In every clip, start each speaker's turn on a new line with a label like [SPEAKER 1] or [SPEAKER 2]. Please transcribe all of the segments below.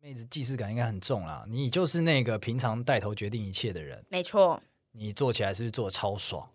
[SPEAKER 1] 妹子既视感应该很重啦。你就是那个平常带头决定一切的人，
[SPEAKER 2] 没错，
[SPEAKER 1] 你做起来是不是做的超爽？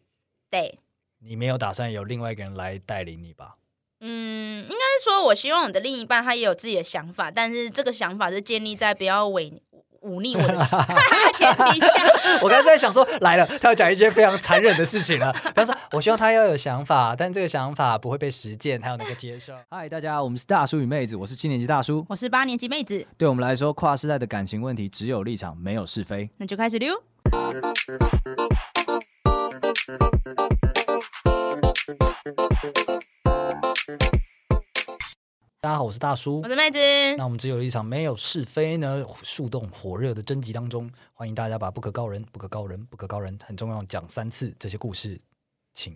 [SPEAKER 2] 对，
[SPEAKER 1] 你没有打算有另外一个人来带领你吧？
[SPEAKER 2] 嗯，应该是说我希望我的另一半他也有自己的想法，但是这个想法是建立在不要违忤逆我的 前提下。
[SPEAKER 1] 我刚才在想说，来了，他要讲一些非常残忍的事情了。 他说，我希望他要有想法，但这个想法不会被实践，他要能够接受。
[SPEAKER 3] 嗨，大家，我们是大叔与妹子，我是七年级大叔。
[SPEAKER 2] 我是八年级妹子，
[SPEAKER 3] 对我们来说，跨世代的感情问题只有立场，没有是非。
[SPEAKER 2] 那就开始溜。
[SPEAKER 1] 大家好，我是大叔
[SPEAKER 2] 我。是妹子，
[SPEAKER 1] 那我们只有一场没有是非呢，树洞火热的征集当中，欢迎大家把不可告人、不可告人、不可告人很重要讲三次这些故事，请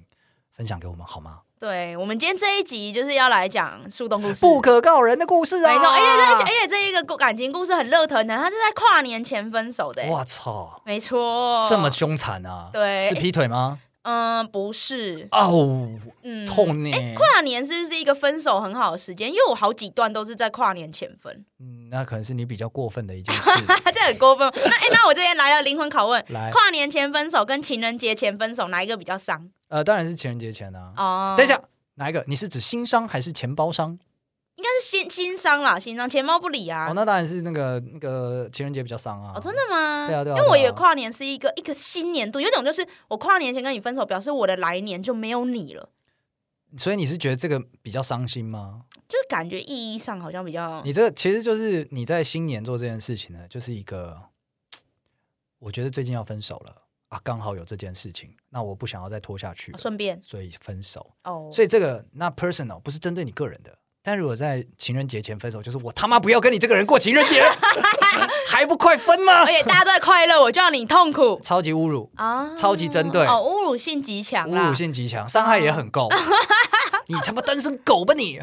[SPEAKER 1] 分享给我们好吗？
[SPEAKER 2] 对我们今天这一集就是要来讲树洞故事。
[SPEAKER 1] 不可告人的故事啊！
[SPEAKER 2] 没错，哎而且这而且这一个故感情故事很热腾腾，他是在跨年前分手的、欸
[SPEAKER 1] 我操，
[SPEAKER 2] 没错，
[SPEAKER 1] 这么凶残啊！
[SPEAKER 2] 哎对哎
[SPEAKER 1] 是劈腿吗？
[SPEAKER 2] 嗯，不是，
[SPEAKER 1] 哦，
[SPEAKER 2] 嗯，
[SPEAKER 1] 痛呢！
[SPEAKER 2] 跨年是不是一个分手很好的时间？因为我好几段都是在跨年前分，
[SPEAKER 1] 嗯，那可能是你比较过分的一件事。
[SPEAKER 2] 他 这很过分。那哎、那我这边来了灵魂拷问：
[SPEAKER 1] 来，
[SPEAKER 2] 跨年前分手跟情人节前分手，哪一个比较伤？
[SPEAKER 1] 呃，当然是情人节前啊。
[SPEAKER 2] 哦、
[SPEAKER 1] 等一下，，哪一个？你是指心伤还是钱包伤？
[SPEAKER 2] 应该是心心伤啦，心伤，钱包不理啊。
[SPEAKER 1] 哦，那当然是那个那个情人节比较伤啊。
[SPEAKER 2] 哦，真的吗？
[SPEAKER 1] 对啊对啊
[SPEAKER 2] 因为我以
[SPEAKER 1] 对
[SPEAKER 2] 为
[SPEAKER 1] 啊
[SPEAKER 2] 跨年是一个一个新年度，有种就是我跨年前跟你分手，表示我的来年就没有你了，
[SPEAKER 1] 所以你是觉得这个比较伤心吗？
[SPEAKER 2] 就是感觉意义上好像比较
[SPEAKER 1] 你这个其实就是你在新年做这件事情呢，就是一个，我觉得最近要分手了啊，刚好有这件事情，那我不想要再拖下去
[SPEAKER 2] 哦
[SPEAKER 1] 了，
[SPEAKER 2] 顺、便
[SPEAKER 1] 所以分手。
[SPEAKER 2] 哦。
[SPEAKER 1] 所以这个那 personal 不是针对你个人的。但如果在情人节前分手，就是我他妈不要跟你这个人过情人节， 还不快分吗
[SPEAKER 2] 而？且哎大家都在快乐，我就要你痛苦
[SPEAKER 1] 超级侮辱，
[SPEAKER 2] 啊
[SPEAKER 1] 超级针对
[SPEAKER 2] 哦，侮辱性极强
[SPEAKER 1] 侮
[SPEAKER 2] 啦
[SPEAKER 1] 辱。性极强，伤害也很 够。你他妈单身狗吧你！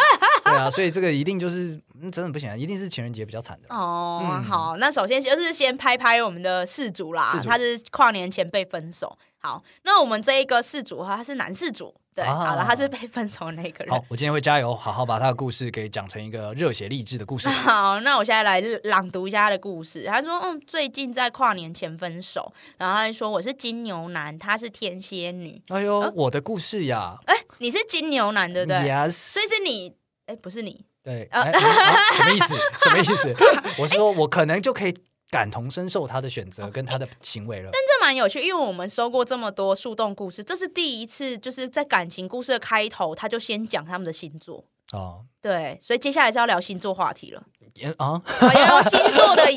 [SPEAKER 1] 对啊，所以这个一定就是、嗯、真的不行啊，一定是情人节比较惨的。
[SPEAKER 2] 哦，
[SPEAKER 1] 嗯
[SPEAKER 2] 好，那首先就是先拍拍我们的事主啦，
[SPEAKER 1] 事主
[SPEAKER 2] 他是跨年前被分手。好，那我们这一个事主哈，他是男事主，对，
[SPEAKER 1] 啊
[SPEAKER 2] 好了，他是被分手的那个人
[SPEAKER 1] 好。，我今天会加油，好好把他的故事给讲成一个热血励志的故 事。
[SPEAKER 2] 好，那我现在来朗读一下他的故事。他说：“嗯，最近在跨年前分手，然后他就说我是金牛男，他是天蝎女。哎
[SPEAKER 1] 哎呦，我的故事呀，
[SPEAKER 2] 你是金牛男对不对
[SPEAKER 1] Yes，
[SPEAKER 2] 所以是你，哎、不是你，
[SPEAKER 1] 对，
[SPEAKER 2] 呃
[SPEAKER 1] 哎哎啊什么意 思？什么意思？我是说
[SPEAKER 2] 哎
[SPEAKER 1] 我可能就可以感同身受他的选
[SPEAKER 2] 哦
[SPEAKER 1] 择跟他的行为了。
[SPEAKER 2] 这蛮有趣，因为我们收过这么多树洞故事，这是第一次，就是在感情故事的开头，他就先讲他们的星座。”
[SPEAKER 1] 哦，
[SPEAKER 2] 对，所以接下来是要聊星座话题了，
[SPEAKER 1] 也啊，
[SPEAKER 2] 啊要用星座的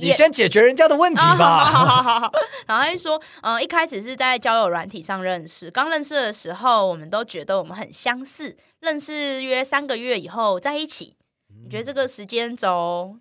[SPEAKER 1] 你先解决人家的问题
[SPEAKER 2] 啊，好
[SPEAKER 1] 吧。
[SPEAKER 2] 好好好好。然后他就说，嗯、一开始是在交友软体上认识，刚认识的时候，我们都觉得我们很相似，认识约三个月以后在一起。你觉得这个时间轴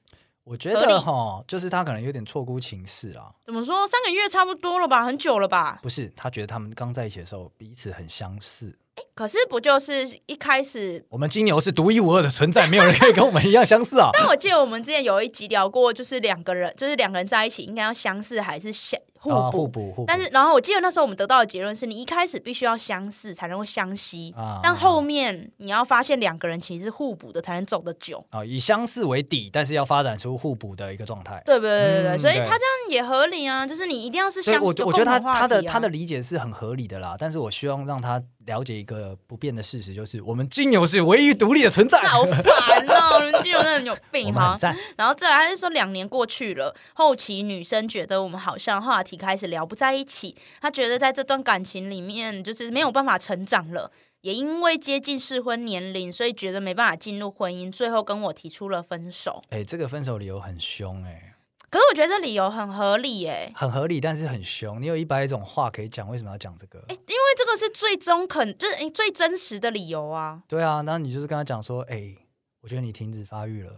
[SPEAKER 1] 我觉
[SPEAKER 2] 合理
[SPEAKER 1] 得哈，就是他可能有点错估情势啦。
[SPEAKER 2] 怎么说？三个月差不多了吧，很久了吧？
[SPEAKER 1] 不是，他觉得他们刚在一起的时候彼此很相似。
[SPEAKER 2] 可是不就是一开始？
[SPEAKER 1] 我们金牛是独一无二的存在，没有人可以跟我们一样相似啊。
[SPEAKER 2] 但我记得我们之前有一集聊过，就是两个人，就是两个人在一起应该要相似还是相 互
[SPEAKER 1] 啊
[SPEAKER 2] 补
[SPEAKER 1] 互补互补，
[SPEAKER 2] 但是，然后我记得那时候我们得到的结论是你一开始必须要相似才能够相吸，
[SPEAKER 1] 啊
[SPEAKER 2] 但后面你要发现两个人其实是互补的，才能走得久。
[SPEAKER 1] 啊，以相似为底，但是要发展出互补的一个状态。
[SPEAKER 2] 对不对对对，
[SPEAKER 1] 嗯
[SPEAKER 2] 所以
[SPEAKER 1] 对
[SPEAKER 2] 他这样也合理啊，就是你一定要是
[SPEAKER 1] 所以
[SPEAKER 2] 相，
[SPEAKER 1] 我
[SPEAKER 2] 有
[SPEAKER 1] 我觉得他
[SPEAKER 2] 共同话
[SPEAKER 1] 他的
[SPEAKER 2] 题啊
[SPEAKER 1] 他的理解是很合理的啦，但是我希望让他了解一个不变的事实，就是我们金牛是唯一独立的存在。
[SPEAKER 2] 好烦哦，你们这种人 有
[SPEAKER 1] 我
[SPEAKER 2] 病
[SPEAKER 1] 们
[SPEAKER 2] 哈
[SPEAKER 1] 很。赞，
[SPEAKER 2] 然后再来，他就说两年过去了，后期女生觉得我们好像话题开始聊不在一起，她觉得在这段感情里面就是没有办法成长了，也因为接近适婚年龄，所以觉得没办法进入婚姻，最后跟我提出了分手。
[SPEAKER 1] 哎、这个分手理由很凶、哎，
[SPEAKER 2] 可是我觉得这理由很合理耶、
[SPEAKER 1] 很合理，但是很凶。你有一百种话可以讲，为什么要讲这个？
[SPEAKER 2] 因为这个是最中肯，就是诶最真实的理由啊，
[SPEAKER 1] 对啊，那你就是跟他讲说，哎、我觉得你停止发育了，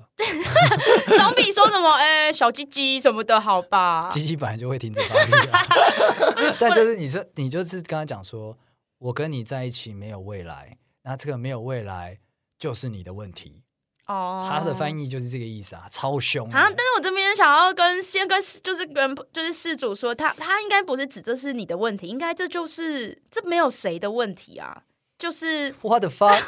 [SPEAKER 2] 总比说什么哎、小鸡鸡什么的好吧？
[SPEAKER 1] 鸡鸡本来就会停止发育的。 但就是你这，你就是跟他讲说，我跟你在一起没有未来，那这个没有未来就是你的问题。
[SPEAKER 2] 哦
[SPEAKER 1] 他的翻译就是这个意思啊，超凶的
[SPEAKER 2] 啊！但是我这边想要跟先跟就是跟就是事主说，他他应该不是指这是你的问题，应该这就是这没有谁的问题啊，就是
[SPEAKER 1] What the fuck？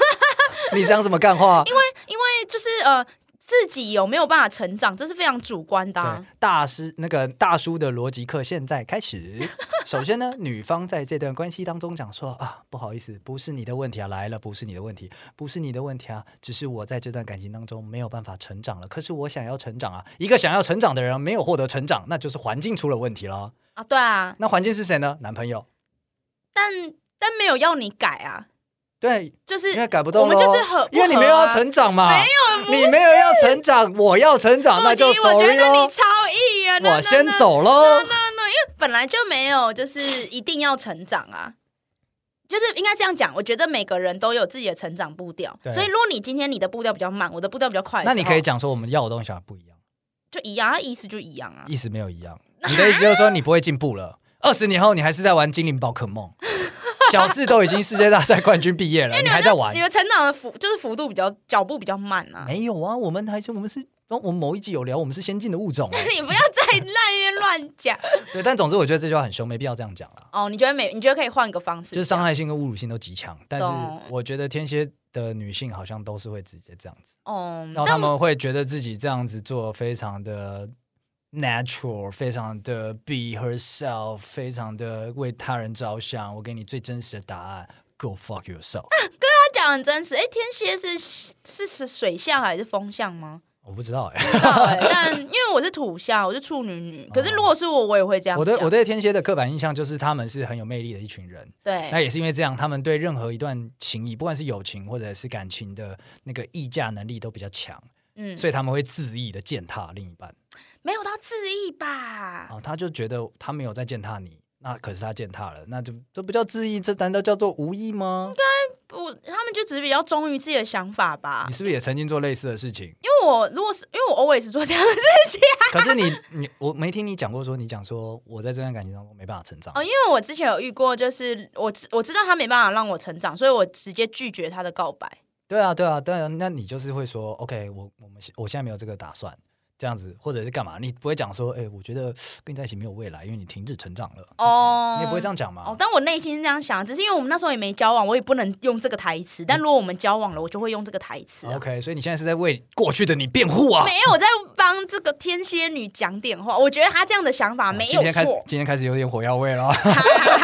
[SPEAKER 1] 你讲什么干话？因为
[SPEAKER 2] 因为就是呃。自己有没有办法成长，这是非常主观的、啊
[SPEAKER 1] 对。，大师那个大叔的逻辑课现在开 始。首先呢，女方在这段关系当中讲说啊，不好意思，不是你的问题啊，来了，不是你的问题，不是你的问题啊，只是我在这段感情当中没有办法成长了。可是我想要成长啊，一个想要成长的人没有获得成长，那就是环境出了问题了。
[SPEAKER 2] 啊，对啊，
[SPEAKER 1] 那环境是谁呢？男朋友。
[SPEAKER 2] 但但没有要你改啊，
[SPEAKER 1] 对，
[SPEAKER 2] 就是
[SPEAKER 1] 因为改不动
[SPEAKER 2] 我们就是
[SPEAKER 1] 咯
[SPEAKER 2] 合，
[SPEAKER 1] 因为你没有要成长嘛，没有，你没有要成长，我要成
[SPEAKER 2] 不
[SPEAKER 1] 长，
[SPEAKER 2] 合啊，
[SPEAKER 1] 那就
[SPEAKER 2] 洛基我觉
[SPEAKER 1] sorry
[SPEAKER 2] 得你
[SPEAKER 1] 咯，
[SPEAKER 2] 超意啊，
[SPEAKER 1] 我先
[SPEAKER 2] no, no, no,
[SPEAKER 1] 走喽。
[SPEAKER 2] no, no, 因为本来就没有就是一定要成长啊。就是应该这样讲，我觉得每个人都有自己的成长步调，
[SPEAKER 1] 对
[SPEAKER 2] 所以如果你今天你的步调比较慢，我的步调比较快的时
[SPEAKER 1] 那
[SPEAKER 2] 候，
[SPEAKER 1] 你可以讲说我们要的东西好像不一样，
[SPEAKER 2] 就一样，啊意思就一样啊。
[SPEAKER 1] 意思没有一样。你的意思就是说你不会进步了， 二十年后你还是在玩精灵宝可梦， 小智都已经世界大赛冠军毕业了，你还在玩
[SPEAKER 2] 你？们成长的幅就是幅度比较脚步比较慢啊。
[SPEAKER 1] 没有啊，我们还是我们是。哦我们某一集有聊，我们是先进的物种啊、
[SPEAKER 2] 你不要再乱约乱讲
[SPEAKER 1] 对。但总之，我觉得这句话很凶，没必要这样讲啦。
[SPEAKER 2] 哦。你觉得每你觉得可以换个方式
[SPEAKER 1] 就是伤害性跟侮辱性都极强，但
[SPEAKER 2] 懂
[SPEAKER 1] 是我觉得天蝎的女性好像都是会直接这样子，
[SPEAKER 2] 哦，
[SPEAKER 1] 然后他
[SPEAKER 2] 但
[SPEAKER 1] 们会觉得自己这样子做非常的 natural，非常的 be herself，非常的为他人着想。我给你最真实的答案，Go fuck yourself。
[SPEAKER 2] 他讲得很真实。哎，天蝎是是是水象还是风象吗？
[SPEAKER 1] 我不知道哎、
[SPEAKER 2] 不知道 哎，但因为我是土象，我是处女女。可是如果是我，我也会这样讲。
[SPEAKER 1] 哦我对我对天蝎的刻板印象就是他们是很有魅力的一群人，那
[SPEAKER 2] 对
[SPEAKER 1] 也是因为这样，他们对任何一段情谊，不管是友情或者是感情的那个议价能力都比较强，
[SPEAKER 2] 嗯，
[SPEAKER 1] 所以他们会恣意的践踏另一半。
[SPEAKER 2] 没有到自意吧？
[SPEAKER 1] 啊，他就觉得他没有在践踏你，那可是他践踏了，那就这不叫自意，这难道叫做无意吗？
[SPEAKER 2] 我他们就只是比较忠于自己的想法吧？
[SPEAKER 1] 你。是不是也曾经做类似的事情
[SPEAKER 2] 因为我如果是因为我 always 做这样的事情
[SPEAKER 1] 可是你你我没听你讲过说你讲说我在这段感情当中没办法成长，
[SPEAKER 2] 哦，因为我之前有遇过，就是我知我知道他没办法让我成长，所以我直接拒绝他的告白。
[SPEAKER 1] 对啊对啊对啊，那你就是会说 OK，我我们现我现在没有这个打算。这样子，或者是干嘛？你不会讲说，哎、我觉得跟你在一起没有未来，因为你停止成长了。
[SPEAKER 2] 哦，
[SPEAKER 1] 你也不会这样讲嘛？
[SPEAKER 2] 哦，但我内心是这样想，只是因为我们那时候也没交往，我也不能用这个台词。但如果我们交往了，我就会用这个台词、啊。
[SPEAKER 1] OK，所以你现在是在为过去的你辩护啊！
[SPEAKER 2] 没有，我在帮这个天蝎女讲点话。我觉得她这样的想法啊没
[SPEAKER 1] 今
[SPEAKER 2] 有
[SPEAKER 1] 天开始
[SPEAKER 2] 错，
[SPEAKER 1] 今天开始有点火药味 了。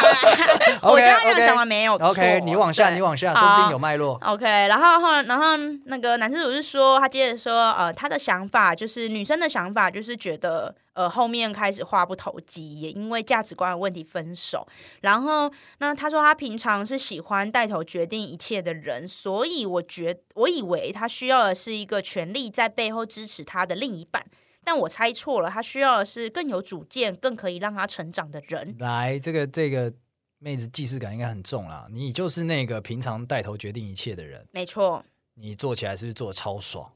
[SPEAKER 2] 我觉
[SPEAKER 1] OK，
[SPEAKER 2] 得她这样的
[SPEAKER 1] OK
[SPEAKER 2] 想法没有错。
[SPEAKER 1] OK，你往下，
[SPEAKER 2] 对
[SPEAKER 1] 你往下，说不
[SPEAKER 2] 好
[SPEAKER 1] 定有脉络。
[SPEAKER 2] OK，然后后然后那个男事主是说，他接着说，呃，他的想法就是女生的想法就是觉得，呃，后面开始话不投机，也因为价值观的问题分手。然后那他说他平常是喜欢带头决定一切的人，所以我觉我以为他需要的是一个权力在背后支持他的另一半，但我猜错了，他需要的是更有主见、更可以让他成长的人。
[SPEAKER 1] 来，这个这个妹子既视感应该很重啦。你就是那个平常带头决定一切的人，
[SPEAKER 2] 没错，
[SPEAKER 1] 你做起来是不是做得超爽？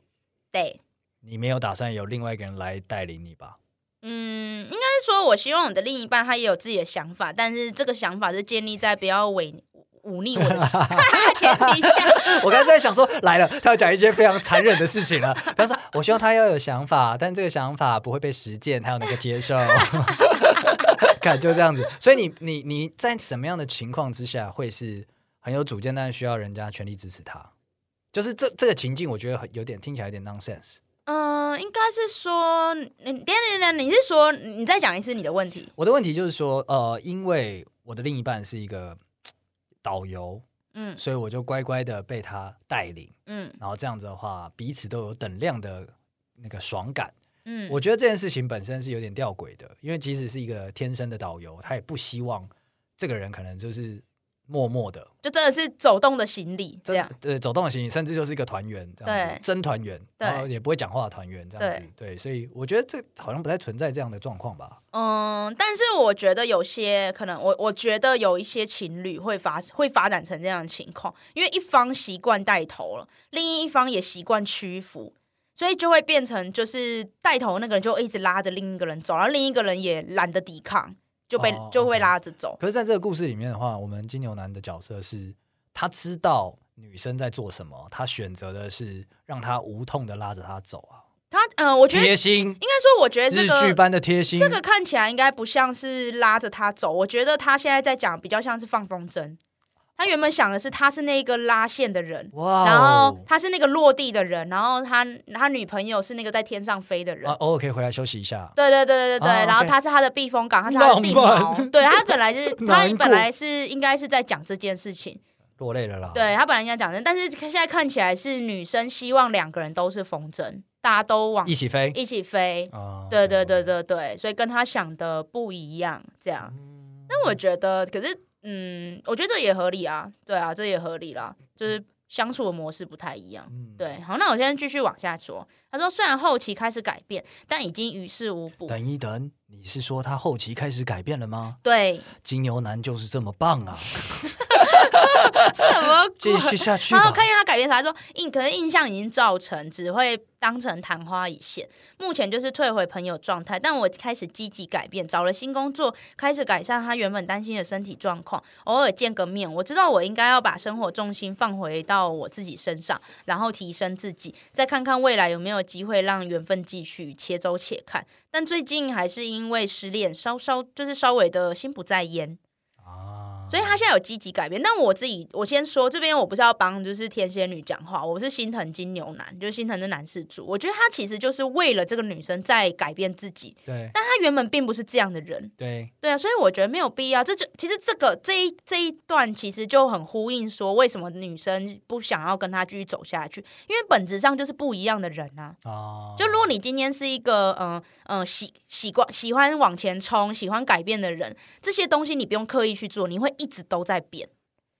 [SPEAKER 2] 对。
[SPEAKER 1] 你没有打算有另外一个人来带领你吧？
[SPEAKER 2] 嗯，应该是说，我希望我的另一半他也有自己的想法，但是这个想法是建立在不要违忤逆我的前 提下。
[SPEAKER 1] 我刚才在想说，来了，他要讲一些非常残忍的事情了。比方说，我希望他要有想法，但这个想法不会被实践，他要能够接受。 看，就这样子。所以你你你在什么样的情况之下会是很有主见，但是需要人家全力支持他？就是这这个情境，我觉得很有点听起来有点 nonsense。
[SPEAKER 2] 嗯，应该是说，嗯，等一下等一下，你是说你再讲一次你的问题？
[SPEAKER 1] 我的问题就是说，呃，因为我的另一半是一个导游，
[SPEAKER 2] 嗯
[SPEAKER 1] 所以我就乖乖的被他带领，
[SPEAKER 2] 嗯
[SPEAKER 1] 然后这样子的话，彼此都有等量的那个爽感。
[SPEAKER 2] 嗯，
[SPEAKER 1] 我觉得这件事情本身是有点吊诡的，因为即使是一个天生的导游，他也不希望这个人可能就是默默的
[SPEAKER 2] 就真的是走动的行李这
[SPEAKER 1] 真
[SPEAKER 2] 样。
[SPEAKER 1] 对走动的行，甚至就是一个团员这样子
[SPEAKER 2] 对，
[SPEAKER 1] 真团员，
[SPEAKER 2] 对
[SPEAKER 1] 然后也不会讲话的团员这样子，对，所以我觉得这好像不太存在这样的状况吧。
[SPEAKER 2] 嗯，但是我觉得有些可能我，我觉得有一些情侣会发会发展成这样的情况，因为一方习惯带头了，另一方也习惯屈服，所以就会变成就是带头那个人就一直拉着另一个人走，然后另一个人也懒得抵抗，就被、
[SPEAKER 1] 哦
[SPEAKER 2] 就会
[SPEAKER 1] OK
[SPEAKER 2] 拉着走。
[SPEAKER 1] 可是，在这个故事里面的话，我们金牛男的角色是他知道女生在做什么，他选择的是让她无痛的拉着她走 啊，
[SPEAKER 2] 他嗯、我觉得应
[SPEAKER 1] 贴心，
[SPEAKER 2] 该说，我觉得这
[SPEAKER 1] 日剧
[SPEAKER 2] 个。
[SPEAKER 1] 般的贴心。
[SPEAKER 2] 这个看起来应该不像是拉着他走，我觉得他现在在讲比较像是放风筝，他原本想的是他是那个拉线的人，
[SPEAKER 1] 哇
[SPEAKER 2] 然后
[SPEAKER 1] 哦
[SPEAKER 2] 他是那个落地的人，然后他他女朋友是那个在天上飞的人。
[SPEAKER 1] 啊，偶尔可以回来休息一下。
[SPEAKER 2] 对对对对对对，
[SPEAKER 1] 啊
[SPEAKER 2] 然后
[SPEAKER 1] OK
[SPEAKER 2] 他是他的避风港，他是他的地
[SPEAKER 1] 浪
[SPEAKER 2] 锚。 对他本来是他
[SPEAKER 1] 难过
[SPEAKER 2] 本来是应该是在讲这件 事情，
[SPEAKER 1] 落泪了啦。，
[SPEAKER 2] 对他本来应该讲的，但是现在看起来是女生希望两个人都是风筝，大家都往
[SPEAKER 1] 一起飞
[SPEAKER 2] 一起飞。
[SPEAKER 1] 啊
[SPEAKER 2] 对对对，对对，所以跟他想的不一样，这样。
[SPEAKER 1] 嗯
[SPEAKER 2] 但我觉得，可是，嗯，我觉得这也合理啊，对啊，这也合理啦，就是相处的模式不太一样。
[SPEAKER 1] 嗯，
[SPEAKER 2] 对，好，那我现在继续往下说。他说，虽然后期开始改变，但已经于事无补。
[SPEAKER 1] 等一等，你是说他后期开始改变了吗？
[SPEAKER 2] 对，
[SPEAKER 1] 金牛男就是这么棒啊！
[SPEAKER 2] 什么鬼？
[SPEAKER 1] 继续下去
[SPEAKER 2] 然后
[SPEAKER 1] 吧。
[SPEAKER 2] 看见他改变啥，他说印可是印象已经造成，只会当成昙花一现。目前就是退回朋友状态，但我开始积极改变，找了新工作，开始改善他原本担心的身体状况，偶尔见个面。我知道我应该要把生活重心放回到我自己身上，然后提升自己，再看看未来有没有机会让缘分继续，且走且看。但最近还是因为失恋，稍稍就是稍微的心不在焉。
[SPEAKER 1] 啊
[SPEAKER 2] 所以他现在有积极改变。但我自己，我先说这边，我不是要帮就是天蝎女讲话，我是心疼金牛男，就是心疼这男事主。我觉得他其实就是为了这个女生在改变自己，
[SPEAKER 1] 对
[SPEAKER 2] 但他原本并不是这样的人。
[SPEAKER 1] 对，
[SPEAKER 2] 对啊，所以我觉得没有必要。这就其实这个这一这一段其实就很呼应说，为什么女生不想要跟他继续走下去？因为本质上就是不一样的人啊。
[SPEAKER 1] 啊，
[SPEAKER 2] 就如果你今天是一个嗯嗯、呃喜喜欢喜欢往前冲、喜欢改变的人，这些东西你不用刻意去做，你会一直都在变。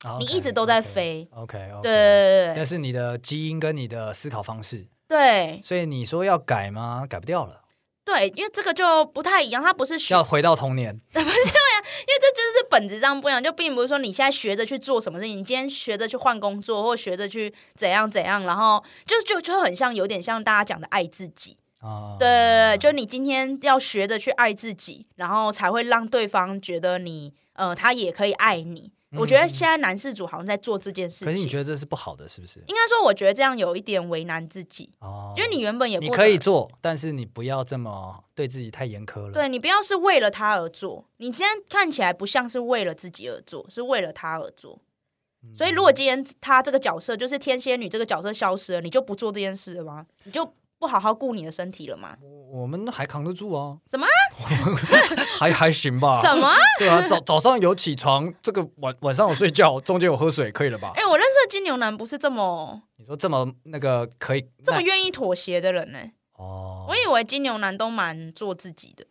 [SPEAKER 1] 啊
[SPEAKER 2] 你
[SPEAKER 1] OK，
[SPEAKER 2] 一直都在
[SPEAKER 1] OK，
[SPEAKER 2] 飞。
[SPEAKER 1] OK，
[SPEAKER 2] 对。对
[SPEAKER 1] 但
[SPEAKER 2] 对
[SPEAKER 1] 是你的基因跟你的思考方式，
[SPEAKER 2] 对
[SPEAKER 1] 所以你说要改吗？改不掉了，
[SPEAKER 2] 对，因为这个就不太一样，它不是学，因
[SPEAKER 1] 要
[SPEAKER 2] 为
[SPEAKER 1] 回到童年。
[SPEAKER 2] 这就是本质上不一样，就并不是说你现在学着去做什么事情，你今天学着去换工作，或学着去怎样怎样，然后就就就很像有点像大家讲的爱自己，
[SPEAKER 1] 啊，
[SPEAKER 2] 对对对，就你今天要学着去爱自己，然后才会让对方觉得你呃他也可以爱你。我觉得现在男事主好像在做这件事
[SPEAKER 1] 嗯可是你
[SPEAKER 2] 情，
[SPEAKER 1] 觉得这是不好的，是不是？
[SPEAKER 2] 应该说我觉得这样有一点为难自己，
[SPEAKER 1] 哦，
[SPEAKER 2] 因为你原本也
[SPEAKER 1] 你
[SPEAKER 2] 过
[SPEAKER 1] 可
[SPEAKER 2] 得
[SPEAKER 1] 以做，但是你不要这么对自己太严苛了。
[SPEAKER 2] 对你不要是为了他而做，你今天看起来不像是为了自己而做，是为了他而做。
[SPEAKER 1] 嗯，
[SPEAKER 2] 所以如果今天他这个角色就是天蝎女这个角色消失了，你就不做这件事了吗？你就不好好顾你的身体了吗？
[SPEAKER 1] 我我们还扛得住啊？
[SPEAKER 2] 什么？
[SPEAKER 1] 还还行吧？
[SPEAKER 2] 什么？
[SPEAKER 1] 对啊，早早上有起床，这个晚晚上有睡觉，中间有喝水，可以了吧
[SPEAKER 2] 哎、？我认识的金牛男不是这么
[SPEAKER 1] 你说这么那个可以
[SPEAKER 2] 这么
[SPEAKER 1] 耐
[SPEAKER 2] 愿意妥协的人呢、
[SPEAKER 1] 哦
[SPEAKER 2] 我以为金牛男都蛮做自己的。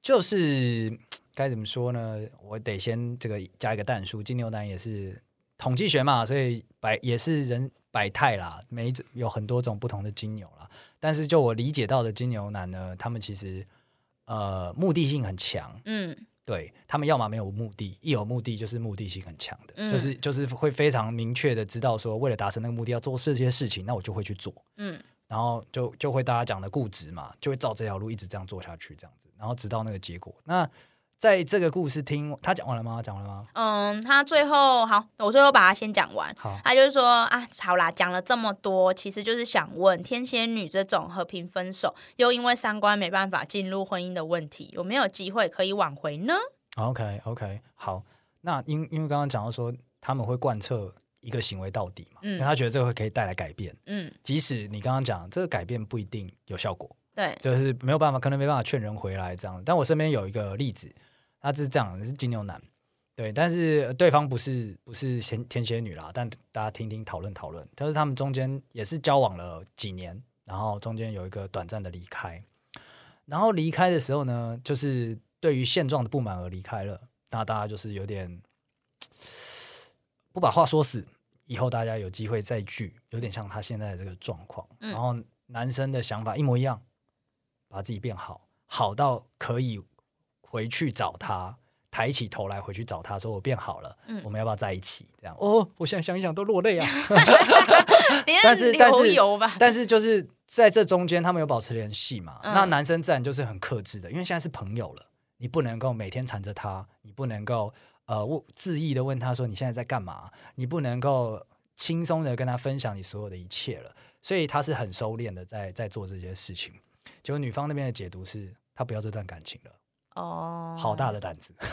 [SPEAKER 1] 就是该怎么说呢？我得先这个加一个淡书，金牛男也是统计学嘛，所以百也是人百态啦，每一种有很多种不同的金牛啦。但是就我理解到的金牛男呢，他们其实呃目的性很强，
[SPEAKER 2] 嗯
[SPEAKER 1] 对他们要么没有目的，一有目的就是目的性很强的，
[SPEAKER 2] 嗯
[SPEAKER 1] 就是就是会非常明确的知道说，为了达成那个目的要做这些事情，那我就会去做。
[SPEAKER 2] 嗯，
[SPEAKER 1] 然后就就会大家讲的固执嘛，就会照这条路一直这样做下去，这样子，然后直到那个结果。那在这个故事听他讲完了吗？讲完了吗？
[SPEAKER 2] 嗯，他最后好，我最后把他先讲完。
[SPEAKER 1] 好，
[SPEAKER 2] 他就是说啊，好啦，讲了这么多，其实就是想问天蝎女这种和平分手，又因为三观没办法进入婚姻的问题，有没有机会可以挽回呢？
[SPEAKER 1] OK OK，好。那因因为刚刚讲到说他们会贯彻一个行为到底嘛，
[SPEAKER 2] 嗯
[SPEAKER 1] 因为他觉得这个会可以带来改变，
[SPEAKER 2] 嗯，
[SPEAKER 1] 即使你刚刚讲这个改变不一定有效果，
[SPEAKER 2] 对，
[SPEAKER 1] 就是没有办法，可能没办法劝人回来这样。但我身边有一个例子，他是这样，是金牛男，对，但是呃对方不是不是天天蝎女啦，但大家听听讨论讨论。但是他们中间也是交往了几年，然后中间有一个短暂的离开，然后离开的时候呢，就是对于现状的不满而离开了，那大家就是有点不把话说死，以后大家有机会再聚，有点像他现在的这个状况。
[SPEAKER 2] 嗯
[SPEAKER 1] 然后男生的想法一模一样，把自己变好，好到可以回去找他，抬起头来回去找他，说我变好了，
[SPEAKER 2] 嗯
[SPEAKER 1] 我们要不要在一起？这样哦，我现在想一想都落 泪啊。
[SPEAKER 2] 你
[SPEAKER 1] 但是但
[SPEAKER 2] 流
[SPEAKER 1] 是
[SPEAKER 2] 油 吧，
[SPEAKER 1] 但是就是在这中间，他们有保持联系嘛？
[SPEAKER 2] 嗯
[SPEAKER 1] 那男生自然就是很克制的，因为现在是朋友了，你不能够每天缠着他，你不能够呃问恣意的问他说你现在在干嘛，你不能够轻松的跟他分享你所有的一切了，所以他是很收敛的在在做这些事情。结果女方那边的解读是，他不要这段感情了，
[SPEAKER 2] 哦，
[SPEAKER 1] 好大的胆子。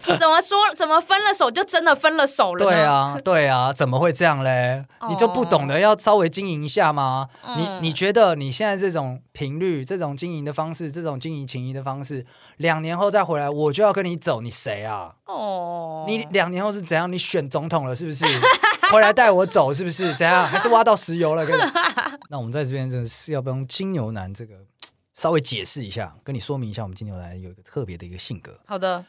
[SPEAKER 2] 怎么说？怎么分了手就真的分了手了？
[SPEAKER 1] 对，啊， 对啊，怎么会这样嘞？你就不懂得要稍微经营一下吗？
[SPEAKER 2] 嗯
[SPEAKER 1] 你你觉得你现在这种频率、这种经营的方式、这种经营情谊的方式，两年后再回来，我就要跟你走，你谁啊？
[SPEAKER 2] 哦，
[SPEAKER 1] 你两年后是怎样？你选总统了是不 是？回来带我走是不是？怎样？还是挖到石油了？跟你那我们在这边真的是要不用金牛男这个稍微解释一下，跟你说明一下，我们金牛男有一个特别的一个性格。
[SPEAKER 2] 好的，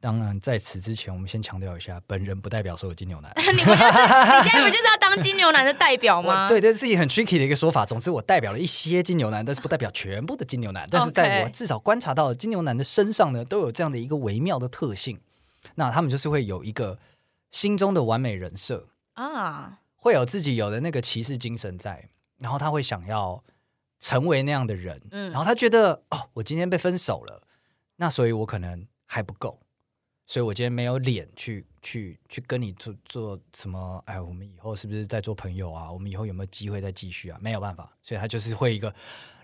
[SPEAKER 1] 当然，在此之前，我们先强调一下，本人不代表所有金牛男。
[SPEAKER 2] 你不就是你现在不就是要当金牛男的代表 吗？
[SPEAKER 1] 我对，这是一个很 tricky 的一个说法。总之，我代表了一些金牛男，但是不代表全部的金牛男。但是在
[SPEAKER 2] OK
[SPEAKER 1] 我至少观察到的金牛男的身上呢，都有这样的一个微妙的特性。那他们就是会有一个心中的完美人设，
[SPEAKER 2] 啊，
[SPEAKER 1] 会有自己有的那个骑士精神在，然后他会想要成为那样的人。
[SPEAKER 2] 嗯
[SPEAKER 1] 然后他觉得哦，我今天被分手了，那所以我可能还不够，所以我今天没有脸去去去跟你做做什么？哎，我们以后是不是再做朋友啊？我们以后有没有机会再继续啊？没有办法，所以他就是会一个，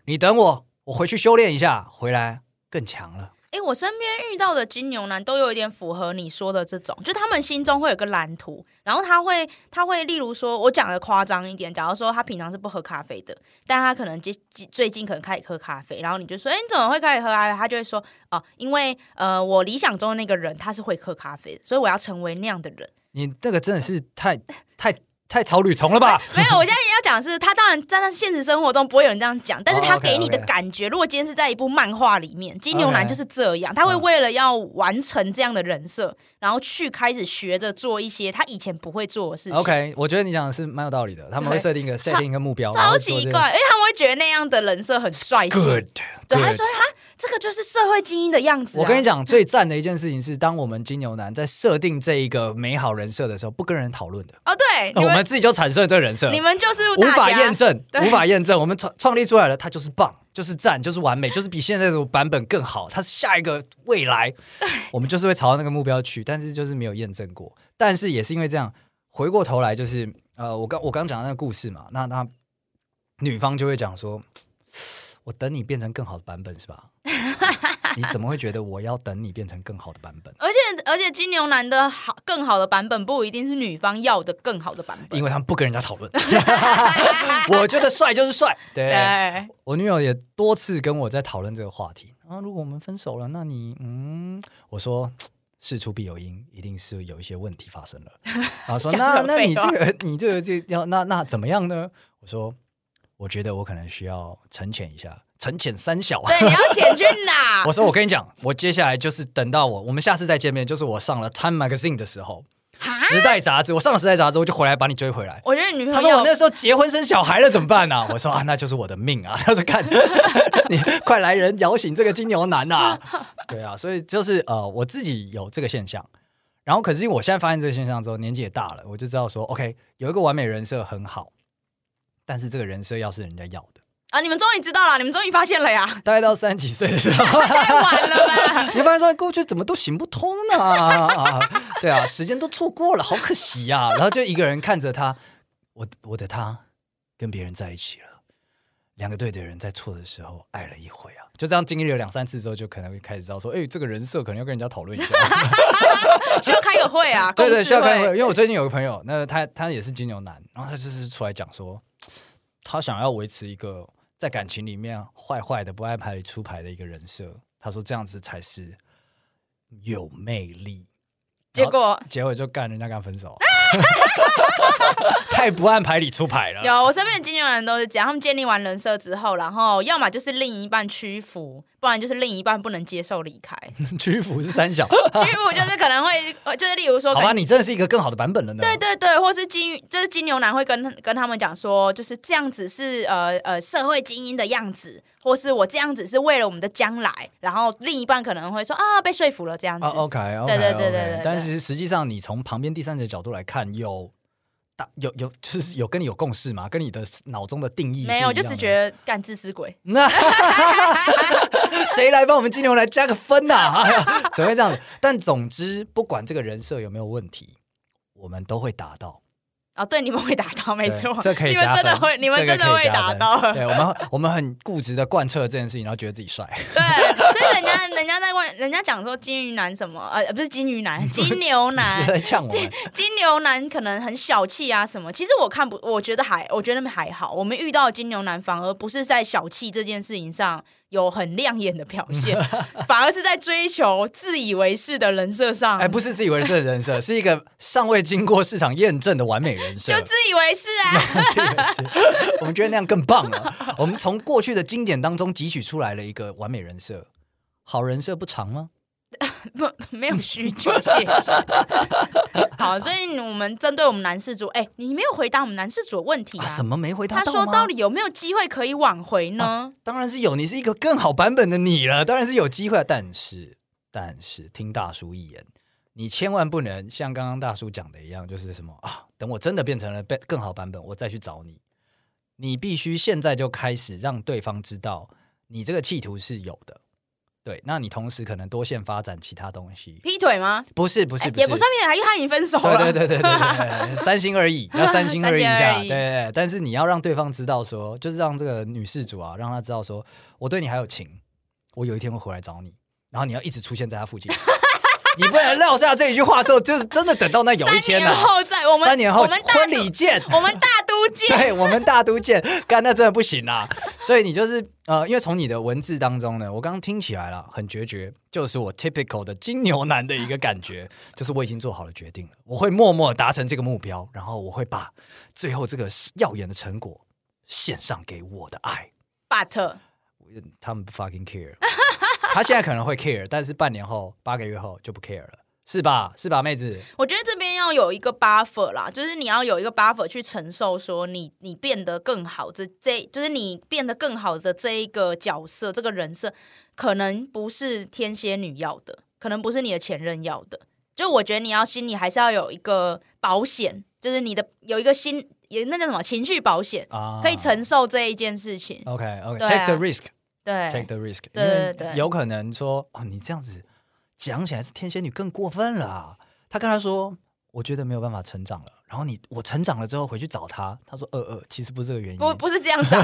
[SPEAKER 1] 你等我，我回去修炼一下，回来更强了。
[SPEAKER 2] 哎，我身边遇到的金牛男都有一点符合你说的这种，就他们心中会有个蓝图，然后他会他会例如说，我讲的夸张一点，假如说他平常是不喝咖啡的，但他可能最最近可能开始喝咖啡，然后你就说，哎，你怎么会开始喝咖啡？他就会说，哦，因为呃，我理想中的那个人他是会喝咖啡的，所以我要成为那样的人。
[SPEAKER 1] 你这个真的是 太太太草履虫了吧？
[SPEAKER 2] 没有，我现在要讲的是，他当然在他现实生活中不会有人这样讲，但是
[SPEAKER 1] 哦
[SPEAKER 2] 他给你的感觉，如果今天是在一部漫画里面，金牛男就是这样，他会
[SPEAKER 1] 嗯
[SPEAKER 2] 为了要完成这样的人设，然后去开始学着做一些他以前不会做的事情。
[SPEAKER 1] OK，我觉得你讲的是蛮有道理的。他们会
[SPEAKER 2] 对
[SPEAKER 1] 设定一个设定一个目标，然
[SPEAKER 2] 超
[SPEAKER 1] 后做
[SPEAKER 2] 奇
[SPEAKER 1] 这个
[SPEAKER 2] 怪，因为他们会觉得那样的人设很帅气。
[SPEAKER 1] Good，
[SPEAKER 2] 对，
[SPEAKER 1] good
[SPEAKER 2] 他说啊，这个就是社会精英的样子、啊。
[SPEAKER 1] 我跟你讲，最赞的一件事情是，当我们金牛男在设定这一个美好人设的时候，不跟人讨论的，
[SPEAKER 2] 哦，对，
[SPEAKER 1] 呃
[SPEAKER 2] 你
[SPEAKER 1] 我
[SPEAKER 2] 们、
[SPEAKER 1] 们自己就产生了这个人设，
[SPEAKER 2] 你们就是
[SPEAKER 1] 无
[SPEAKER 2] 大
[SPEAKER 1] 法
[SPEAKER 2] 家
[SPEAKER 1] 验证，
[SPEAKER 2] 对
[SPEAKER 1] 无法验证，我们创创立出来了，它就是棒，就是赞，就是完美，就是比现在的版本更好，它是下一个未来，我们就是会朝那个目标去，但是就是没有验证过，但是也是因为这样，回过头来就是，呃，我刚我刚讲的那个故事嘛，那那女方就会讲说，我等你变成更好的版本是吧？ 你怎么会觉得我要等你变成更好的版本？
[SPEAKER 2] 而且而且金牛男的好更好的版本不一定是女方要的更好的版本
[SPEAKER 1] 因。为 他们不跟人家讨论。我觉得帅就是帅。对，
[SPEAKER 2] 对，
[SPEAKER 1] 我女友也多次跟我在讨论这个话题。啊，如果我们分手了，那你嗯，我说嘖事出必有因，一定是有一些问题发生了。然后说
[SPEAKER 2] 讲
[SPEAKER 1] 那
[SPEAKER 2] 这种
[SPEAKER 1] 那你
[SPEAKER 2] 废
[SPEAKER 1] 这
[SPEAKER 2] 话
[SPEAKER 1] 个你这个这个要那那怎么样呢？我说我觉得我可能需要沉潜一下，沉潜三 小。啊
[SPEAKER 2] 对，啊你要潜去哪？
[SPEAKER 1] 我说我跟你讲，我接下来就是等到我我们下次再见面，就是我上了 Time Magazine 的时候，
[SPEAKER 2] 哈
[SPEAKER 1] 时代杂志，我上了时代杂志，我就回来把你追回来。
[SPEAKER 2] 我觉得你女
[SPEAKER 1] 他
[SPEAKER 2] 朋
[SPEAKER 1] 说
[SPEAKER 2] 友
[SPEAKER 1] 我那时候结婚生小孩了怎么办呢、我说啊， 那就是我的命啊。他说看， 你快来人摇醒这个金牛男呐、对啊， 所以就是呃，我自己有这个现象，然后可是我现在发现这个现象之后，年纪也大了，我就知道说，OK，有一个完美人设很好，但是这个人设要是人家要的，
[SPEAKER 2] 啊，你们终于知道了，你们终于发现了 呀，
[SPEAKER 1] 大概到三十几岁的时候，
[SPEAKER 2] 太晚了 吧？
[SPEAKER 1] 你发现说过去怎么都行不通呢、啊？对啊，时间都错过了，好可惜呀、然后就一个人看着他，我我的他跟别人在一起了，两个对的人在错的时候爱了一回啊，就这样经历了两三次之后，就可能会开始知道说，哎、这个人设可能要跟人家讨论一下。
[SPEAKER 2] 需要开个会啊，
[SPEAKER 1] 对
[SPEAKER 2] 公
[SPEAKER 1] 对，
[SPEAKER 2] 司
[SPEAKER 1] 需要开会。因为我最近有个朋友，那他他也是金牛男，然后他就是出来讲说，他想要维持一个在感情里面坏坏的、不爱牌理出牌的一个人设。他说这样子才是有魅力。
[SPEAKER 2] 结果
[SPEAKER 1] 结果就干人家跟他分手， 太不按牌理出牌了。
[SPEAKER 2] 有我身边的金牛人都是这样，他们建立完人设之后，然后要么就是另一半屈服，不然就是另一半不能接受离 开。
[SPEAKER 1] 屈服是 三小，
[SPEAKER 2] 屈服就是可能会，呃就是例如说，
[SPEAKER 1] 好
[SPEAKER 2] 可能
[SPEAKER 1] 吧，你真的是一个更好的版本了呢。
[SPEAKER 2] 对对对，或是金，就是金牛男会跟跟他们讲说，就是这样子是呃呃社会精英的样子，或是我这样子是为了我们的将来，然后另一半可能会说啊被说服了这样子。
[SPEAKER 1] 啊，OK，
[SPEAKER 2] 对对对对对对
[SPEAKER 1] 但是实际上，你从旁边第三者角度来看，有大有有就是有跟你有共识吗？跟你的脑中的定义是
[SPEAKER 2] 没有，就只觉
[SPEAKER 1] 得
[SPEAKER 2] 得干自私鬼。
[SPEAKER 1] 那 谁来帮我们金牛来加个分呐、哎呀，怎么会这样子？但总之，不管这个人设有没有问题，我们都会达到。
[SPEAKER 2] 哦，对，你们会打到，没
[SPEAKER 1] 对
[SPEAKER 2] 错，
[SPEAKER 1] 这可以
[SPEAKER 2] 你们
[SPEAKER 1] 加
[SPEAKER 2] 真的
[SPEAKER 1] 分
[SPEAKER 2] 会，你们
[SPEAKER 1] 这个
[SPEAKER 2] 真的
[SPEAKER 1] 可以
[SPEAKER 2] 会
[SPEAKER 1] 加
[SPEAKER 2] 打
[SPEAKER 1] 分
[SPEAKER 2] 到，
[SPEAKER 1] 对我们，我们很固执的贯彻这件事情，然后觉得自己帅。
[SPEAKER 2] 对，所以人家人家在问，人家讲说金鱼男什么，呃，不是金 鱼男，金牛
[SPEAKER 1] 是
[SPEAKER 2] 男，
[SPEAKER 1] 在呛我 们，
[SPEAKER 2] 金牛男可能很小气啊什么。其实我看不，我觉得还，我觉得还好。我们遇到的金牛男反而不是在小气这件事情上有很亮眼的 表现，反而是在追求自以为是的人设上。
[SPEAKER 1] 哎，不是自以为是的人设，是一个尚未经过市场验证的完美人设
[SPEAKER 2] 就。自以为是 啊，
[SPEAKER 1] 自以为是，我们觉得那样更棒了。我们从过去的经典当中汲取出来了一个完美人设，好人设不长吗？
[SPEAKER 2] 不 没有需求，谢 谢。好，所以我们针对我们男事主，哎、你没有回答我们男事主的问题
[SPEAKER 1] 啊，什么没回答
[SPEAKER 2] 他
[SPEAKER 1] 到
[SPEAKER 2] 说
[SPEAKER 1] 吗啊
[SPEAKER 2] 到底有没有机会可以挽回呢？
[SPEAKER 1] 当然是有，你是一个更好版本的你了，当然是有机会啊。但是，但是听大叔一言，你千万不能像刚刚大叔讲的一样，就是什么啊，等我真的变成了被更好版本，我再去找你。你必须现在就开始让对方知道你这个企图是有的。对，那你同时可能多线发展其他东西，
[SPEAKER 2] 劈腿吗？
[SPEAKER 1] 不是啊不是
[SPEAKER 2] 哎
[SPEAKER 1] 不是，
[SPEAKER 2] 也不算劈腿，因为他已经分手了。
[SPEAKER 1] 对对对对对对对，三心二意，要三心二意一
[SPEAKER 2] 三心
[SPEAKER 1] 下。
[SPEAKER 2] 二
[SPEAKER 1] 对
[SPEAKER 2] 意
[SPEAKER 1] 对对，但是你要让对方知道说，就是让这个女事主啊，让她知道说，我对你还有情，我有一天会回来找你，然后你要一直出现在她附近。你不能撂下这一句话之后，就是真的等到那有一天
[SPEAKER 2] 三年
[SPEAKER 1] 啊，
[SPEAKER 2] 后再我们
[SPEAKER 1] 三年后
[SPEAKER 2] 我们大
[SPEAKER 1] 婚礼见。
[SPEAKER 2] 我们大都 见。
[SPEAKER 1] 对我们大都见，干那真的不行啦。所以你就是呃，因为从你的文字当中呢，我刚刚听起来了，很决绝，就是我 typical 的金牛男的一个感觉， 就是我已经做好了决定了，我会默默地达成这个目标，然后我会把最后这个耀眼的成果献上给我的爱。
[SPEAKER 2] But
[SPEAKER 1] 他们不 fucking care，他现在可能会 care，但是半年后、八个月后就不 care 了，是吧？是吧，妹子？
[SPEAKER 2] 我觉得这边要有一个 buffer 啦，就是你要有一个 buffer 去承受，说你你变得更好，这这就是你变得更好的这一个角色，这个人设可能不是天蝎女要的，可能不是你的前任要的。就我觉得你要心里还是要有一个保险，就是你的有一个心，也那叫什么情绪保险，
[SPEAKER 1] 啊，
[SPEAKER 2] 可以承受这一件事情。
[SPEAKER 1] OK OK，take、
[SPEAKER 2] 对啊
[SPEAKER 1] the risk。take
[SPEAKER 2] 对，
[SPEAKER 1] the risk，因
[SPEAKER 2] 对
[SPEAKER 1] 为
[SPEAKER 2] 对对
[SPEAKER 1] 有可能说哦，你这样子讲起来是天蝎女更过分了啊、他跟他说，我觉得没有办法成长了。然后你我成长了之后回去找他，他说呃呃，其实不是这个原因，
[SPEAKER 2] 不 不是这样长，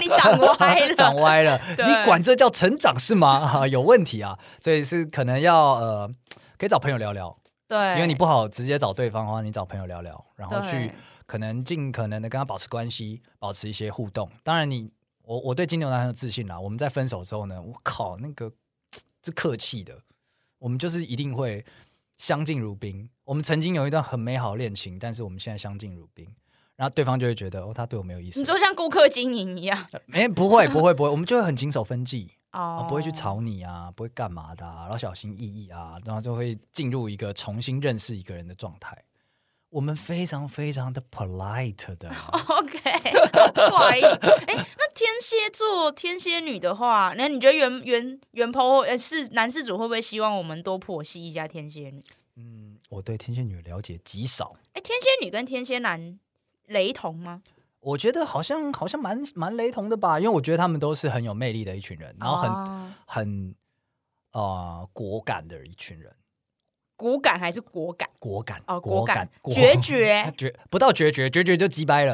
[SPEAKER 2] 你长歪 了，
[SPEAKER 1] 长歪了。
[SPEAKER 2] 对
[SPEAKER 1] 你管这叫成长是吗？啊，有问题啊！所以是可能要呃，可以找朋友聊聊，
[SPEAKER 2] 对，
[SPEAKER 1] 因为你不好直接找对方的话，你找朋友聊聊，然后
[SPEAKER 2] 对
[SPEAKER 1] 去可能尽可能的跟他保持关系，保持一些互动。当然你，我我对金牛男很有自信啦。我们在分手之后呢，我靠，那个这客气的，我们就是一定会相敬如宾。我们曾经有一段很美好的恋情，但是我们现在相敬如宾，然后对方就会觉得哦，他对我没有意思
[SPEAKER 2] 你。说像顾客经营一样
[SPEAKER 1] 没、不会不会不会，我们就会很谨守分际。啊，
[SPEAKER 2] 哦
[SPEAKER 1] 不会去吵你啊，不会干嘛的、啊，然后小心翼翼啊，然后就会进入一个重新认识一个人的状态。我们非常非常的 polite 的，啊
[SPEAKER 2] OK，好怪异。哎、那天蝎座天蝎女的话，那你觉得原原原 PO 呃是男事主会不会希望我们多剖析一下天蝎女？
[SPEAKER 1] 嗯，我对天蝎女了解极少，
[SPEAKER 2] 哎、天蝎女跟天蝎男雷同吗？
[SPEAKER 1] 我觉得好像好像蛮蛮雷同的吧，因为我觉得他们都是很有魅力的一群人，然后很、
[SPEAKER 2] 哦
[SPEAKER 1] 很呃果敢的一群人，
[SPEAKER 2] 骨感还是果感？
[SPEAKER 1] 果敢
[SPEAKER 2] 哦，
[SPEAKER 1] 果
[SPEAKER 2] 敢
[SPEAKER 1] 敢，果。
[SPEAKER 2] 决绝
[SPEAKER 1] 决不到决绝，决绝就击 败了。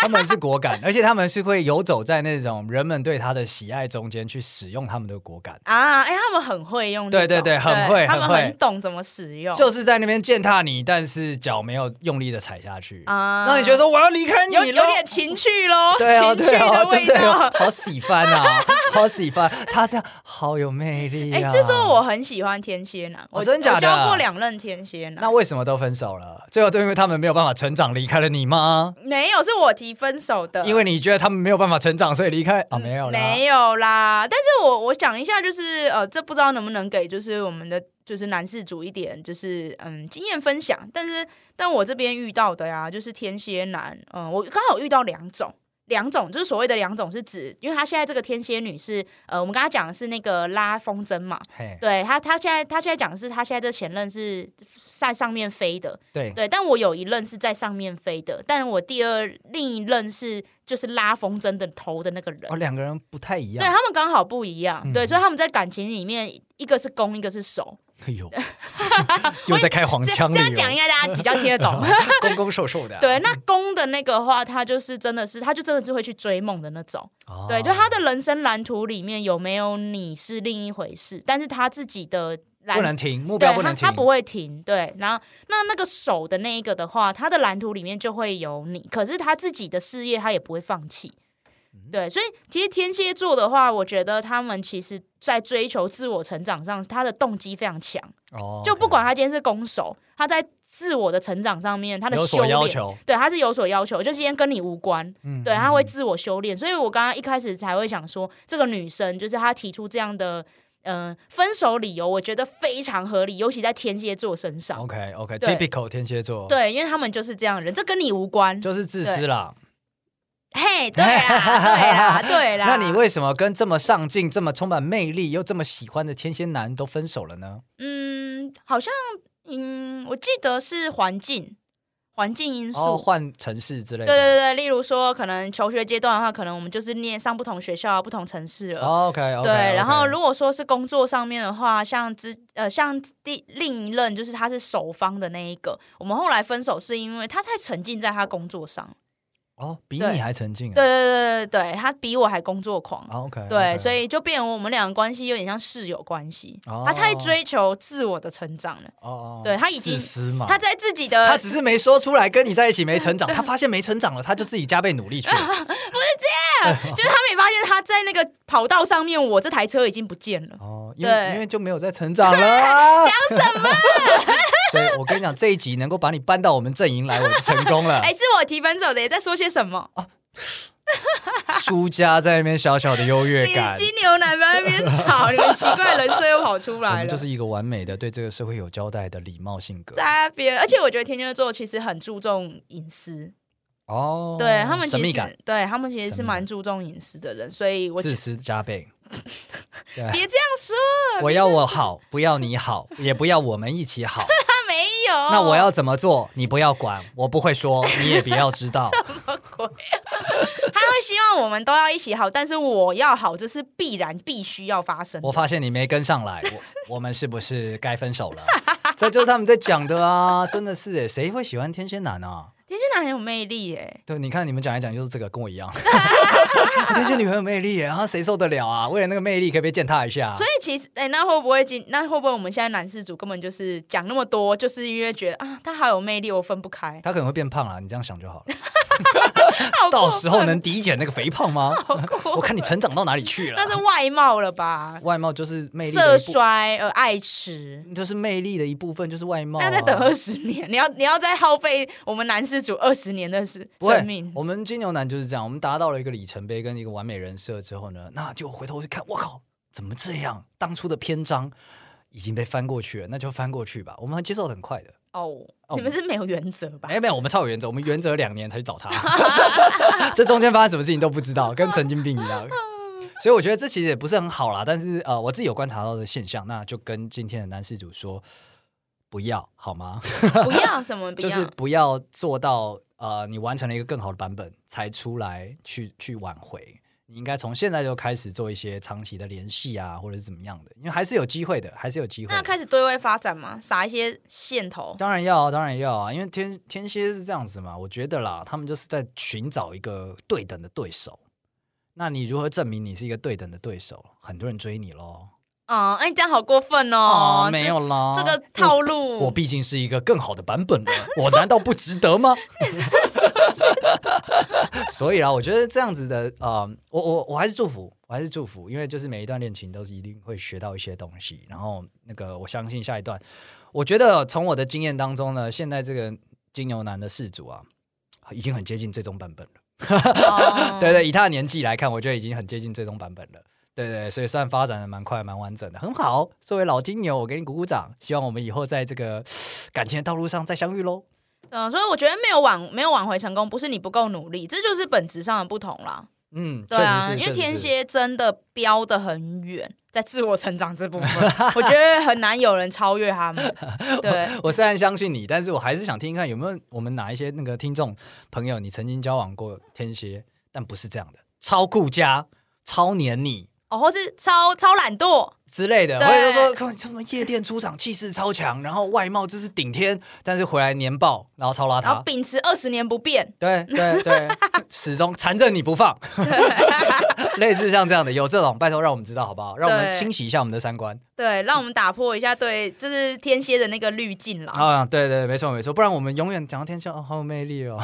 [SPEAKER 1] 他们是果敢，而且他们是会游走在那种人们对他的喜爱中间去使用他们的果敢，
[SPEAKER 2] 啊，哎、他们很会用这种，
[SPEAKER 1] 对对对很会
[SPEAKER 2] 他们
[SPEAKER 1] 很会
[SPEAKER 2] 很懂怎么使用，
[SPEAKER 1] 就是在那边践踏你，但是脚没有用力的踩下去，
[SPEAKER 2] 啊
[SPEAKER 1] 让你觉得说我要离开你
[SPEAKER 2] 有
[SPEAKER 1] 了。
[SPEAKER 2] 有点情趣喽，
[SPEAKER 1] 对啊，
[SPEAKER 2] 情趣
[SPEAKER 1] 对啊，
[SPEAKER 2] 的
[SPEAKER 1] 真
[SPEAKER 2] 味
[SPEAKER 1] 的有
[SPEAKER 2] 道。
[SPEAKER 1] 好喜欢啊， 好喜欢！他这样好有魅力
[SPEAKER 2] 哎、
[SPEAKER 1] 啊！
[SPEAKER 2] 这时候我很喜欢天蝎男，我、
[SPEAKER 1] 哦真的假的
[SPEAKER 2] 我交过两任天蝎男
[SPEAKER 1] 那，为什么都分手了？最后都因为他们没有办法成长离开了你吗？
[SPEAKER 2] 没有是我提分手的，
[SPEAKER 1] 因为你觉得他们没有办法成长，所以离开啊？没有啦，
[SPEAKER 2] 呃嗯没有啦。但是我我讲一下，就是呃，这不知道能不能给就是我们的就是男士主一点就是嗯经验分享，但是但我这边遇到的呀，就是天蝎男，嗯、我刚好遇到两种。两种就是所谓的两种，是指，因为他现在这个天蝎女是，呃，我们刚刚讲的是那个拉风筝嘛，
[SPEAKER 1] 嘿，
[SPEAKER 2] 对他，他现在他现在讲的是他现在这前任是在上面飞的，
[SPEAKER 1] 对，
[SPEAKER 2] 对，但我有一任是在上面飞的，但我第二另一任是就是拉风筝的头的那个人。
[SPEAKER 1] 哦，两个人不太一
[SPEAKER 2] 对啊
[SPEAKER 1] 样。
[SPEAKER 2] 他们刚好不一样，
[SPEAKER 1] 嗯
[SPEAKER 2] 对，所以他们在感情里面一一个是攻，一个是守。
[SPEAKER 1] 哎 呦，又在开黄
[SPEAKER 2] 这
[SPEAKER 1] 腔
[SPEAKER 2] 这
[SPEAKER 1] 了哟。
[SPEAKER 2] 样 讲应该大家比较听得懂。
[SPEAKER 1] 攻攻受受的、啊。
[SPEAKER 2] 对，那攻的那个话，他就是真的是，他就真的是会去追梦的那种。
[SPEAKER 1] 哦，
[SPEAKER 2] 对，就他的人生蓝图里面有没有你是另一回事，但是他自己的蓝
[SPEAKER 1] 不能停，目
[SPEAKER 2] 对
[SPEAKER 1] 标不能停。
[SPEAKER 2] 他，他不会停。对，然后那那个手的那一个的话，他的蓝图里面就会有你，可是他自己的事业他也不会放弃。
[SPEAKER 1] 嗯
[SPEAKER 2] 对，所以其实天蝎座的话，我觉得他们其实在追求自我成长上，他的动机非常强。
[SPEAKER 1] 哦，
[SPEAKER 2] 就不管他今天是攻守，他在自我的成长上面，他的
[SPEAKER 1] 有
[SPEAKER 2] 修
[SPEAKER 1] 所要
[SPEAKER 2] 炼，
[SPEAKER 1] 求，
[SPEAKER 2] 对，他是有所要求，就今天跟你无关，
[SPEAKER 1] 嗯
[SPEAKER 2] 对，他会自我修炼。所以我刚刚一开始才会想说，这个女生就是她提出这样的呃分手理由，我觉得非常合理，尤其在天蝎座身上，
[SPEAKER 1] OK OK
[SPEAKER 2] 对
[SPEAKER 1] typical 天蝎座，，
[SPEAKER 2] 对，因为他们就是这样的人，这跟你无关。
[SPEAKER 1] 就是自私啦。
[SPEAKER 2] 嘿，对 啦，对啦，对啦。
[SPEAKER 1] 那你为什么跟这么上进、这么充满魅力又这么喜欢的天蝎男都分手了呢？
[SPEAKER 2] 嗯，好像嗯，我记得是环境环境因素。
[SPEAKER 1] 哦，换城市之类的。
[SPEAKER 2] 对对对，例如说，可能求学阶段的话，可能我们就是念上不同学校、啊不同城市了。
[SPEAKER 1] OK OK。
[SPEAKER 2] 对然后如果说是工作上面的话，像之呃，像第另一任就是他是首方的那一个，我们后来分手是因为他太沉浸在他工作上，
[SPEAKER 1] 哦，比
[SPEAKER 2] 对
[SPEAKER 1] 你还沉静啊。
[SPEAKER 2] 对对对对对，他比我还工作狂，
[SPEAKER 1] 哦，OK，OK。OK，
[SPEAKER 2] 对，所以就变成我们两个关系有点像室友关系，
[SPEAKER 1] 哦
[SPEAKER 2] 他太追求自我的成长了，
[SPEAKER 1] 哦哦，
[SPEAKER 2] 对他已经
[SPEAKER 1] 自私嘛，
[SPEAKER 2] 他在自己的
[SPEAKER 1] 他只是没说出来，跟你在一起没成 长，他发现没成长了，他就自己加倍努力去。
[SPEAKER 2] 就是他没发现他在那个跑道上面，我这台车已经不见了。
[SPEAKER 1] 哦，因为
[SPEAKER 2] 对
[SPEAKER 1] 因为就没有在成长了啊。
[SPEAKER 2] 讲什么？
[SPEAKER 1] 所以我跟你讲，这一集能够把你搬到我们阵营来，我就成功了
[SPEAKER 2] 哎、。是我提分手的，也在说些什么？
[SPEAKER 1] 输家在那边小小的优越
[SPEAKER 2] 你
[SPEAKER 1] 感。
[SPEAKER 2] 金牛男不要在那边吵，你们奇怪人设又跑出
[SPEAKER 1] 我
[SPEAKER 2] 来
[SPEAKER 1] 们
[SPEAKER 2] 了。
[SPEAKER 1] 就是一个完美的对这个社会有交代的礼貌性格
[SPEAKER 2] 在那边，而且我觉得天蝎座其实很注重隐私，
[SPEAKER 1] 哦，
[SPEAKER 2] 对他们
[SPEAKER 1] 神
[SPEAKER 2] 其
[SPEAKER 1] 秘感
[SPEAKER 2] 实对他们其实
[SPEAKER 1] 神
[SPEAKER 2] 是
[SPEAKER 1] 秘
[SPEAKER 2] 蛮注重隐私的人，所以我
[SPEAKER 1] 自私加 倍。对啊
[SPEAKER 2] 别这样说，
[SPEAKER 1] 我要我好，不要你好，也不要我们一起 好。
[SPEAKER 2] 他没 有。
[SPEAKER 1] 那我要怎么做，你不要管，我不会说，你也不要知道。
[SPEAKER 2] 他会希望我们都要一起好，但是我要好，这是必然必须要发生的。
[SPEAKER 1] 我发现你没跟上来，我我们是不是该分手了？ 这就是他们在讲的啊，真的是耶，谁会喜欢天蝎男啊？
[SPEAKER 2] 天蝎男很有魅力耶，
[SPEAKER 1] 对，你看你们讲来讲就是这个，跟我一样。 天蝎女很有魅力耶，然后谁受得了啊？为了那个魅力，可不可以践踏一下？啊
[SPEAKER 2] 所以其实哎、那会不会今那会不会我们现在男事主根本就是讲那么多，就是因为觉得啊，他好有魅力，我分不开。
[SPEAKER 1] 他可能会变胖啦，你这样想就好了。
[SPEAKER 2] 好过
[SPEAKER 1] 到
[SPEAKER 2] 分
[SPEAKER 1] 时候能抵减那个肥胖 吗？
[SPEAKER 2] 过
[SPEAKER 1] 我看你成长到哪里去了。
[SPEAKER 2] 那是外貌了吧？
[SPEAKER 1] 外貌就是魅力的
[SPEAKER 2] 色
[SPEAKER 1] 一部，
[SPEAKER 2] 衰而爱迟。
[SPEAKER 1] 就是魅力的一部分，就是外貌、啊。
[SPEAKER 2] 那再等二十年，你要你要再耗费我们男施主二十年的生
[SPEAKER 1] 不会
[SPEAKER 2] 生命，
[SPEAKER 1] 我们金牛男就是这样，我们达到了一个里程碑跟一个完美人设之后呢，那就回头去看，我靠，怎么这样？当初的篇章已经被翻过去了，那就翻过去吧。我们接受的很快的，
[SPEAKER 2] 哦，
[SPEAKER 1] 哦
[SPEAKER 2] 你们是没有原则吧
[SPEAKER 1] 没？有没有，我们超有原则，我们原则两年才去找他， 这中间发生什么事情都不知道，跟神经病一样。所以我觉得这其实也不是很好啦，但是呃，我自己有观察到的现象，那就跟今天的男事主说，不要好吗？
[SPEAKER 2] 不要什么 不
[SPEAKER 1] 就
[SPEAKER 2] 要，
[SPEAKER 1] 是不要做到呃，你完成了一个更好的版本才出来去去挽回。你应该从现在就开始做一些长期的联系啊，或者是怎么样的，因为还是有机会的，还是有机会
[SPEAKER 2] 那
[SPEAKER 1] 的。
[SPEAKER 2] 开始对外发展嘛，撒一些线头。
[SPEAKER 1] 当然要啊，当然要啊，因为天天蝎是这样子嘛，我觉得啦，他们就是在寻找一个对等的对手。那你如何证明你是一个对等的对手？很多人追你喽。
[SPEAKER 2] 嗯，哎，你这样好过分哦！
[SPEAKER 1] 没
[SPEAKER 2] 这
[SPEAKER 1] 有啦，
[SPEAKER 2] 这个
[SPEAKER 1] 我
[SPEAKER 2] 套路，
[SPEAKER 1] 我毕竟是一个更好的版本了，我难道不值得吗？所以啊，我觉得这样子的，呃，我我我还是祝福，我还是祝福，因为就是每一段恋情都是一定会学到一些东西，然后那个我相信下一段，我觉得从我的经验当中呢，现在这个金牛男的氏主啊，已经很接近最终版本了。
[SPEAKER 2] 哦
[SPEAKER 1] 对对，以他的年纪来看，我觉得已经很接近最终版本了。对对，所以算发展的蛮快、蛮完整的，很好。作为老金牛，我给你鼓鼓掌，希望我们以后在这个感情的道路上再相遇喽。
[SPEAKER 2] 嗯，所以我觉得没有挽没有挽回成功，不是你不够努力，这就是本质上的不同啦。
[SPEAKER 1] 嗯，
[SPEAKER 2] 对
[SPEAKER 1] 确
[SPEAKER 2] 啊，
[SPEAKER 1] 实是
[SPEAKER 2] 因
[SPEAKER 1] 确
[SPEAKER 2] 为
[SPEAKER 1] 实
[SPEAKER 2] 天
[SPEAKER 1] 是
[SPEAKER 2] 蝎真的标的很远，在自我成长这部分， 我觉得很难有人超越他们。对，
[SPEAKER 1] 我虽然相信你，但是我还是想听听看有没有我们哪一些那个听众朋友，你曾经交往过天蝎，但不是这样的，超顾家、超黏你，
[SPEAKER 2] 哦，或是超超懒惰，
[SPEAKER 1] 之类的，
[SPEAKER 2] 对
[SPEAKER 1] 或者说看什么夜店出场气势超强，然后外貌就是顶天，但是回来年报然后超邋
[SPEAKER 2] 然后
[SPEAKER 1] 遢，
[SPEAKER 2] 秉持二十年不变，
[SPEAKER 1] 对对对，始终缠着你不放， 类似像这样的有这种，拜托让我们知道好不好？让我们
[SPEAKER 2] 对
[SPEAKER 1] 清洗一下我们的三观
[SPEAKER 2] 对，让我们打破一下对就是天蝎的那个滤镜啦。
[SPEAKER 1] 啊！对对，没错没错，不然我们永远讲到天蝎哦，好有魅力 哦，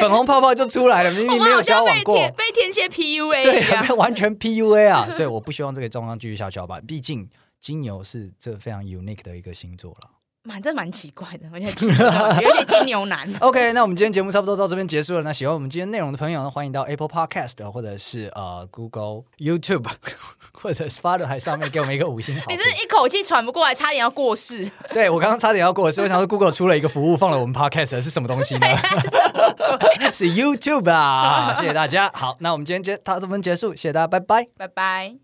[SPEAKER 1] 粉红泡泡就出来了，明
[SPEAKER 2] 哦我
[SPEAKER 1] 明没
[SPEAKER 2] 们
[SPEAKER 1] 有
[SPEAKER 2] 好
[SPEAKER 1] 交
[SPEAKER 2] 像
[SPEAKER 1] 往
[SPEAKER 2] 被
[SPEAKER 1] 过，
[SPEAKER 2] 天被天蝎 PUA
[SPEAKER 1] 对
[SPEAKER 2] 一，样
[SPEAKER 1] 被。完全 PUA 啊！所以我不希望这个状况继续下去，好吧？毕竟金牛是这非常 unique 的一个星座了。
[SPEAKER 2] 蛮这蛮奇怪的，而且奇怪，而且金牛 男，
[SPEAKER 1] OK，那我们今天节目差不多到这边结束了。那喜欢我们今天内容的朋友呢，欢迎到 Apple Podcast 或者是呃 Google、YouTube 或者 Spotify 上面给我们一个五星好
[SPEAKER 2] 你
[SPEAKER 1] 评。
[SPEAKER 2] 是一口气喘不过来，差点要过世。
[SPEAKER 1] 对我刚刚差点要过的是，我想说 Google 出了一个服务放了我们 Podcast 是什么东西呢？ 是 YouTube 啊！谢谢大家。好，那我们今天结到这边结束，谢谢大家，拜拜。
[SPEAKER 2] 拜拜。